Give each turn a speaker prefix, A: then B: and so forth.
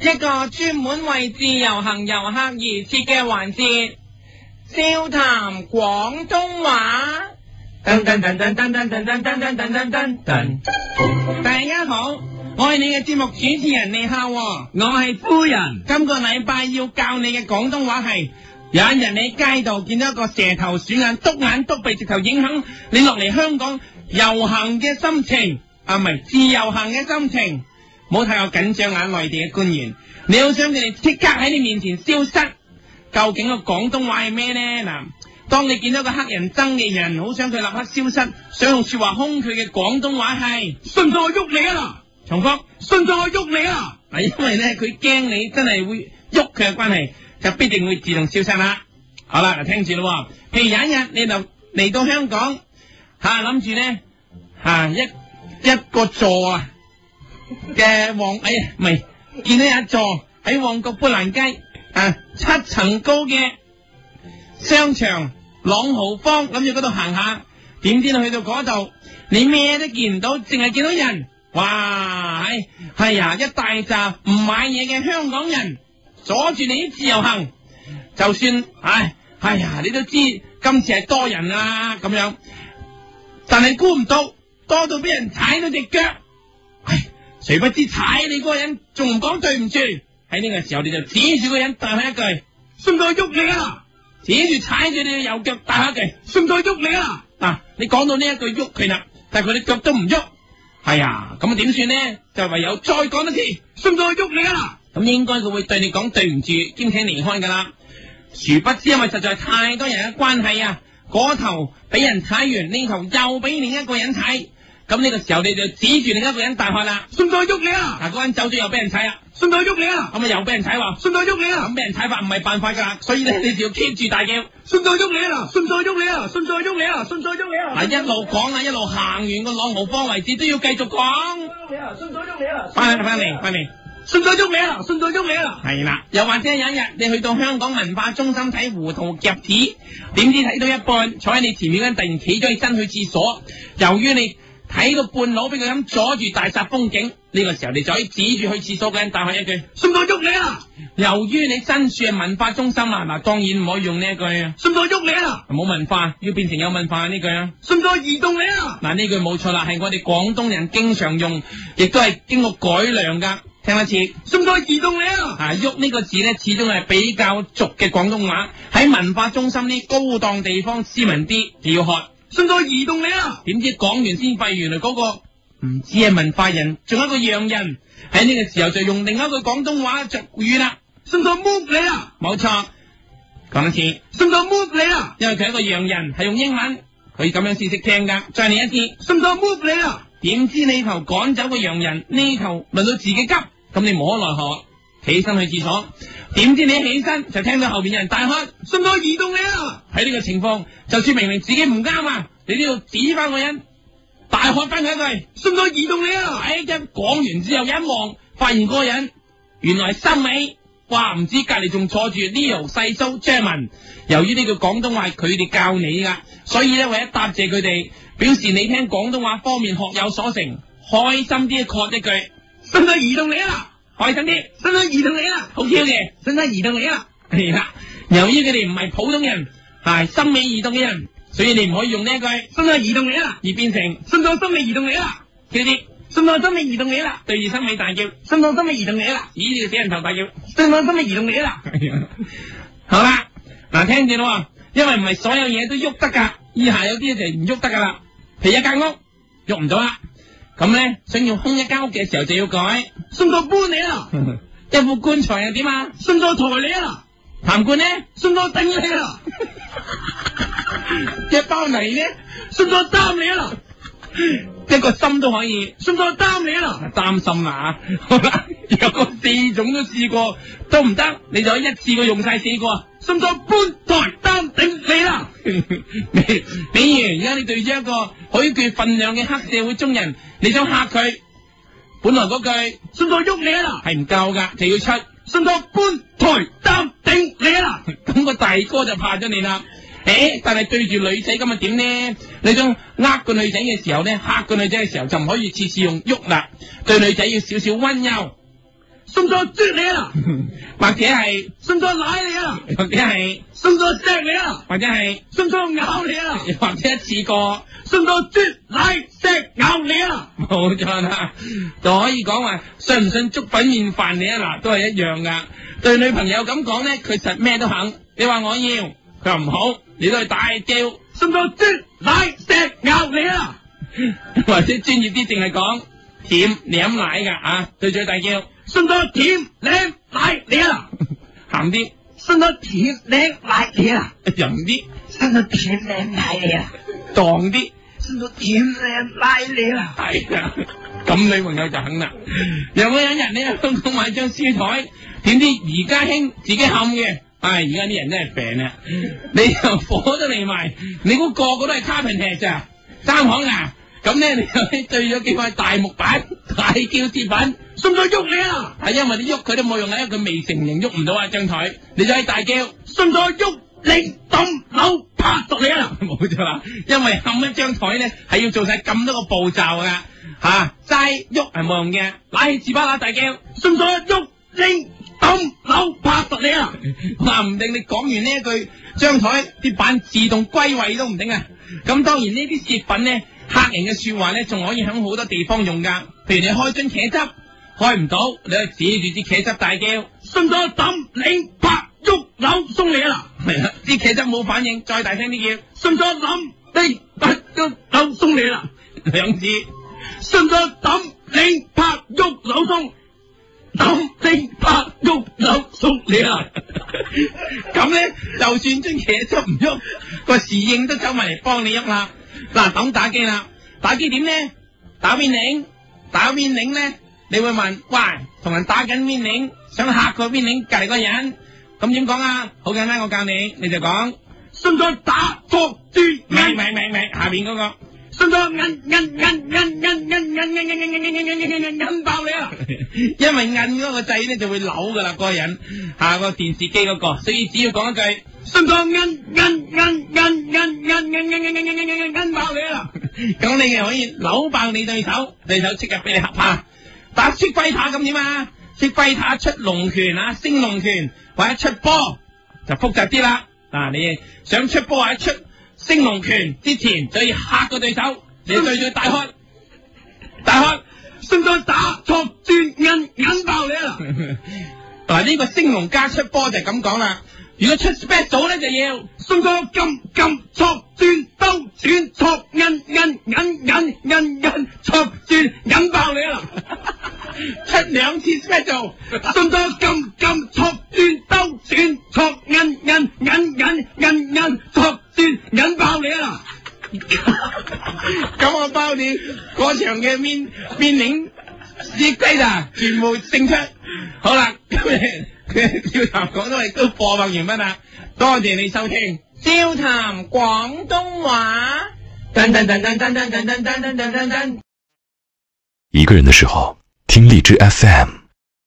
A: 一個專門為自由行遊客而設嘅環節，笑談廣東話。
B: 噔噔噔噔噔噔噔噔噔噔噔噔噔。
A: 大家好，我係你嘅節目主持人李孝喎、
B: 我係夫人，
A: 今個禮拜要教你嘅廣東話係，有一日你喺街度見到一個蛇頭鼠眼，篤眼篤鼻，直頭影響你落嚟香港遊行嘅心情，啊唔係自由行嘅心情。唔好太過緊張眼內地嘅官員，你好想佢哋即刻喺你面前消失。究竟個廣東話係咩呢？嗱，當你見到個黑人憎嘅人，好想佢立刻消失，想用説話兇佢嘅廣東話係，
B: 信唔信我喐你啊啦？
A: 重複。
B: 信唔信我喐你啊？
A: 嗱，因為咧佢驚你真係會喐佢嘅關係，就必定會自動消失啦。好啦，嗱聽住咯喎，譬如有一日你就嚟到香港，吓諗住咧吓一一個座啊嘅旺，哎呀唔係，見到有一座喺旺角砵蘭街啊七層高嘅商場朗豪坊，諗住嗰度行下，點知你去到嗰度，你咩都見唔到，淨係見到人。哇！係係啊，一大扎唔買嘢嘅香港人阻住你啲自由行，就算唉，哎呀，你都知今次係多人啦、咁樣，但係估唔到多到俾人踩到隻腳，唉，誰不知踩你嗰個人仲唔講對唔住？喺呢個時候你就指住個人大喊一句，
B: 信唔信我喐你啊啦？
A: 指住踩住你嘅右腳大喊一句。
B: 信唔信我喐你啊啦？
A: 嗱、你講到呢一句喐佢啦，但係佢哋腳都唔喐，係啊，咁點算呢？就唯有再講一次，
B: 信唔信我喐你啊啦？
A: 咁應該佢會對你講對唔住，兼且離開噶啦。殊不知因為實在太多人嘅關係啊，嗰頭俾人踩完，呢頭又俾另一個人踩，咁呢個時候你就指住另一個人大喊啦，
B: 信唔信我喐你啊啦？
A: 嗱，嗰個人走咗又俾人踩啦，
B: 信唔信我喐你啊啦？
A: 咁啊又俾人踩喎，
B: 信唔信我喐你啊
A: 咁
B: 啦？
A: 俾人踩法唔係辦法噶啦，所以咧你就要 keep 住大叫。
B: 信唔信我喐你啊啦？信唔信我喐你啊啦？信唔信我喐你啊啦？信唔信我喐你啊啦？
A: 嗱，一路講啦，一路行完個朗豪坊為止，都要繼續講。
B: 信唔信我喐你啊啦？
A: 翻嚟，翻嚟，翻嚟。
B: 信唔信我喐你啊啦？信唔信我喐你啊啦？
A: 系啦，又或者有一日你去到香港文化中心睇胡桃夾子，點知睇到一半，坐喺你前面嗰人突然企咗起身去廁所，由於你睇到半路俾佢咁阻住大煞風景，呢、個時候你就可以指住去廁所嗰人大喊一句：
B: 信唔信我喐你啊啦？
A: 由於你身處係文化中心啊，嗱當然唔可以用呢一句啊，
B: 信唔信我喐你啊啦？
A: 冇文化要變成有文化呢句啊。
B: 信唔信我移動你啊啦？
A: 嗱呢句冇錯啦，係我哋廣東人經常用，亦都係經過改良噶。聽一次。
B: 信唔信我移動你啊啦？
A: 啊，喐呢個字咧，始終係比較俗嘅廣東話，喺文化中心呢高檔地方斯文啲，就要喝。
B: 信唔信我移動你啊啦？
A: 點知講完先發現原來嗰、個唔止係文化人，仲有一個洋人。喺呢個時候就用另一句廣東話俗語啦，
B: 信唔信我 move 你啊？
A: 冇錯。講一次，
B: 信唔信我 move 你啊？
A: 因為佢係一個洋人，係用英文，佢咁樣先識聽噶。再嚟一次，
B: 信唔信我 move 你啊？
A: 點知你頭趕走個洋人，呢頭輪到自己急，咁你無可奈何，起身去廁所。點知你一起身就聽到後邊有人大喝。
B: 信唔信我移動你啊？
A: 喺呢個情況，就算明明自己唔啱啊，你都要指翻個人，大喝翻佢一句。
B: 信唔信我移動你啊？
A: 喺一講完之後，一望發現嗰個人原來係森美，哇！唔知隔離仲坐住 Leo 細蘇張文。由於呢句廣東話係佢哋教你噶，所以咧為咗答謝佢哋，表示你聽廣東話方面學有所成，開心啲喝一句，
B: 信唔信我移動你啊啦？
A: 開心啲，
B: 信唔信我移動你啊啦？
A: 好 Q 嘅。
B: 信唔信我移動你啊啦？
A: 係啦，由於佢哋唔係普通人，啊係森美移動嘅人，所以你唔可以用呢一句，而
B: 信唔信我移動你啊啦？
A: 變成。
B: 信唔信我心理移動你啊啦？
A: 呢啲
B: 信唔信我心理移動你啊啦？
A: 對住森美大叫，
B: 信唔信我心理移動你啊啦？
A: 咦呢個死人頭大叫，
B: 信唔信我心理移動你啊 啦？
A: 好啦，嗱聽住咯喎，因為唔係所有嘢都喐得噶，以下有啲就係唔喐得噶啦，譬如一間屋喐唔到啦，咁咧想要空一間屋嘅時候就要改，
B: 信唔信我搬你啊啦？
A: 一副棺材又點啊？
B: 信唔信我抬你啊啦？
A: 痰罐咧，
B: 信唔信我頂你啊啦？
A: 一包泥咧，
B: 信唔信我擔你啊啦？
A: 一個心都可以。
B: 信唔信我擔你啊啦？
A: 擔心啦嚇， 好啦，有個四種都試過都唔得，你就可以一次過用晒四個。啊
B: 信唔信我搬抬擔頂你啦？
A: 你比如而家你對住一個許具份量嘅黑社會中人，你想嚇佢，本來嗰句
B: 信唔信我喐你啊啦？
A: 係唔夠噶，就要出，
B: 信唔信我搬抬擔頂你啊啦？
A: 咁、個大哥就怕咗你啦。誒、但係對住女仔咁啊點呢？你想呃個女仔嘅時候呢，嚇個女仔嘅時候就唔可以次次用喐啦，對女仔要少少温柔。
B: 信唔信我啜你啊？
A: 或者係
B: 信唔信我奶你啊？
A: 或者係
B: 信唔信我錫你啊？
A: 或者係
B: 信唔信我咬你啊？
A: 或者一次過。
B: 信唔信我啜奶錫咬你啊？
A: 冇錯啦，就可以講話信唔信粥粉麵飯你啊嗱，都係一樣噶。對女朋友咁講咧，佢實咩都肯。你話我要，佢話唔好，你都去大叫，
B: 信唔信我啜奶錫咬你啊？
A: 或者專業啲淨係講舔你飲奶噶啊，對嘴大叫，
B: 信唔信我舔舐奶你啊？
A: 鹹啲，
B: 信唔信我舔舐奶你啊？
A: 淫啲，
B: 信唔信我舔舐奶你啊？
A: 蕩啲，
B: 信唔信我舔舐奶你啊？
A: 係啊，咁女朋友就肯啦。有冇有一日你喺香港買張書台，點知而家興自己冚嘅？唉，而家啲人真係病啦！你又火都嚟埋，你估個個都係 carpenter 咋？三行啊！咁咧，你又對咗幾塊大木板、大叫鐵板，
B: 信唔信我喐你啊？
A: 係因為你喐佢都冇用啊，因為佢未成形喐唔到啊張台，你就喺大叫。
B: 信唔信我喐你抌扭拍熟你啊？
A: 冇錯啦，因為冚一張台咧係要做晒咁多個步驟噶，吓齋喐係冇用嘅，拉起字巴啦大叫，
B: 信唔信我喐你抌扭拍熟你啊？
A: 話唔定你講完呢一句，張台啲板自動歸位都唔定啊！咁當然呢啲涉品咧，客人嘅说話咧，仲可以喺好多地方用噶，譬如你開樽茄汁，開唔到，你可以指住支茄汁大叫。
B: 信唔信我抌你拍喐扭鬆你啊？
A: 係啦， 啲茄汁冇反應，再大聲啲叫
B: 信唔信我抌你拍喐扭鬆你啊？
A: 兩次，
B: 信唔信我抌你拍喐扭鬆？抌你拍喐扭鬆你啊？
A: 咁咧，就算樽茄汁唔喐，個侍應都走埋嚟幫你喐啦。嗱，等打機啦，打機點咧？打 winning，打 winning 咧，你會問：喂，同人打緊 winning，想嚇個 winning 隔離個人，咁點講啊？好簡單，我教你，你就講，唔
B: 信唔信我打錯豬
A: 係唔
B: 眼？
A: 係唔係唔係，下邊嗰、個。
B: 信唔信我銀銀銀銀銀銀銀銀銀銀銀銀銀銀銀爆你啊？
A: 因為摁嗰個掣咧就會扭噶啦，嗰個人下個電視機嗰、個，所以只要講一句。
B: 信唔信我銀銀銀銀銀銀銀銀銀銀銀銀銀爆你啊？
A: 咁你就可以扭爆你對手，對手即刻俾你合下。打雪龜塔咁點啊？雪龜塔出龍拳啊，升龍拳或者出波就複雜啲 啦。啊，你想出波或者出升龍拳之前，就要嚇個對手，你對住佢大喝，大喝。
B: 信唔信我打錯豬眼眼爆你啊？
A: 嗱，呢個升龍加出波就係咁講啦。如果出 special 咧，就要。
B: 信個撳撳戳轉兜轉戳印印印印印印戳轉引爆你啦！
A: 出兩次 special，
B: 信個撳撳戳轉兜轉戳印印印印印印戳轉引爆你啦！
A: 咁我包你嗰場嘅面面領啲雞啊，全部勝出。好啦，今日嘅笑談廣東亦都播放完畢啦，多謝你收聽笑談廣東話。
B: 噔噔噔噔噔噔噔噔噔噔噔噔。
C: 一个人的时候，听荔枝 FM。